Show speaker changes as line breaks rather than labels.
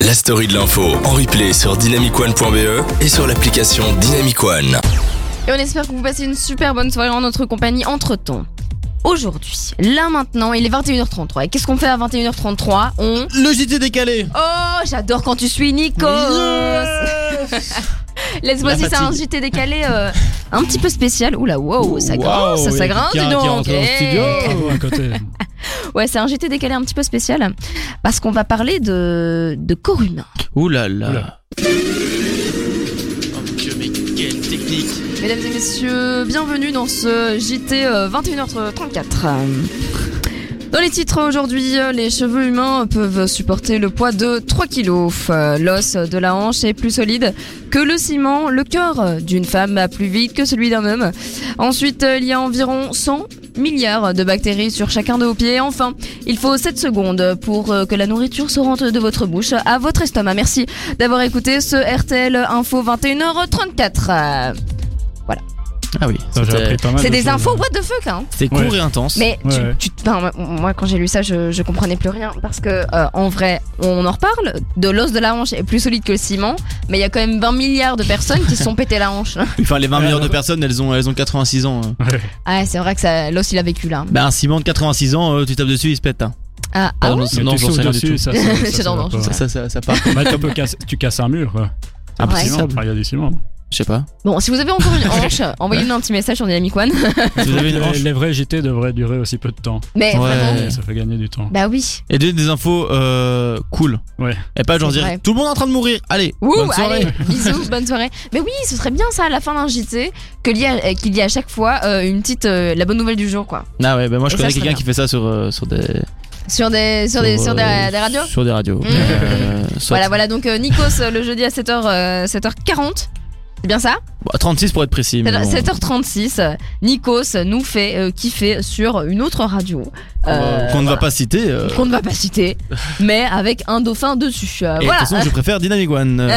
la story de l'info en replay sur dynamicone.be E et sur l'application Dynamicone.
Et on espère que vous passez une super bonne soirée en notre compagnie entre-temps. Aujourd'hui, là maintenant, il est 21h33. Et qu'est-ce qu'on fait à 21h33 On...
Le JT décalé
Oh, j'adore quand tu suis Nico Laisse-moi
La
si c'est un
fatigue.
JT décalé euh, un petit peu spécial. Oula, wow, ça
Ah
grince, ça, ça grince, dis donc
Eh.
Hey.
à côté.
Ouais, c'est un JT décalé un petit peu spécial. Parce qu'on va parler de, de corps humain.
Ouh là là.
Oula. Oh mon dieu, mais quelle technique
Mesdames et messieurs, bienvenue dans ce JT euh, 21h34. Dans les titres aujourd'hui, euh, les cheveux humains peuvent supporter le poids de 3 kilos. Euh, L'os de la hanche est plus solide que le ciment. Le cœur d'une femme bat plus vite que celui d'un homme. Ensuite, euh, il y a environ 100 milliards de bactéries sur chacun de vos pieds. Enfin, il faut 7 secondes pour euh, que la nourriture se rentre de votre bouche à votre estomac. Merci d'avoir écouté ce RTL Info 21h34.
Ah oui,
Ça, j'ai
c'était-
appris pas mal
C'est
de
des
choses.
infos what the fuck hein
c'était court
Ouais.
et intense.
Mais
Ouais,
tu,
ouais.
tu- enfin, moi- moi quand j'ai lu ça je, je comprenais plus rien parce que euh, en vrai on en reparle de l'os de la hanche est plus solide que le ciment mais il y a quand même 20 milliards de personnes qui se sont pété la hanche.
Enfin, les 20 milliards de
Ouais.
personnes, elles ont, elles ont 86 ans. hein.
ah c'est vrai que ça- l'os il a vécu là.
Bah, un ciment de 86 ans, euh, tu tapes dessus, il se pète. hein.
Ah, ah
non,
ouais
non, j'en sais rien du tout.
ça,
C'est dangereux,
va
je
pas.
Ça, ça, ça, ça part.
Bah, tu, peux casser- tu casses un mur, quoi.
Impossible.
Enfin, il y a du ciment.
Je sais pas.
Bon si vous avez encore une hanche envoyez-nous un petit message sur Dynamic One
Si vous avez une hanche.
les, les vrais JT devraient durer aussi peu de temps.
mais
Ouais.
vraiment
Euh.
Ça fait gagner du temps.
bah oui.
Et donner des infos euh, cool.
Ouais.
Et pas genre
C'est
dire
vrai.
tout le monde est en train de mourir. Allez,
Ouh,
bonne soirée.
allez, bisous, bonne soirée. Mais oui, ce serait bien ça à la fin d'un JT que l'il y a- euh, qu'il y, a à chaque fois euh, une petite euh, la bonne nouvelle du jour quoi.
Ah ouais, bah moi je
Et
connais
ça, c'est
quelqu'un
bien.
qui fait ça sur, euh, sur des.
Sur des sur des sur des,
euh,
des radios.
Sur des radios.
Mmh.
Euh, soit-
Voilà, voilà, donc euh, Nikos euh, le jeudi à 7h, euh, 7h40. C'est bien ça
Bon, 36 pour être précis. mais bon.
7h36, euh, Nikos nous fait euh, kiffer sur une autre radio euh,
Qu'on ne va pas citer. euh,
qu'on ne va pas citer, mais avec un dauphin dessus. Euh,
Et de
voilà.
toute façon, je préfère Dynamic One. euh.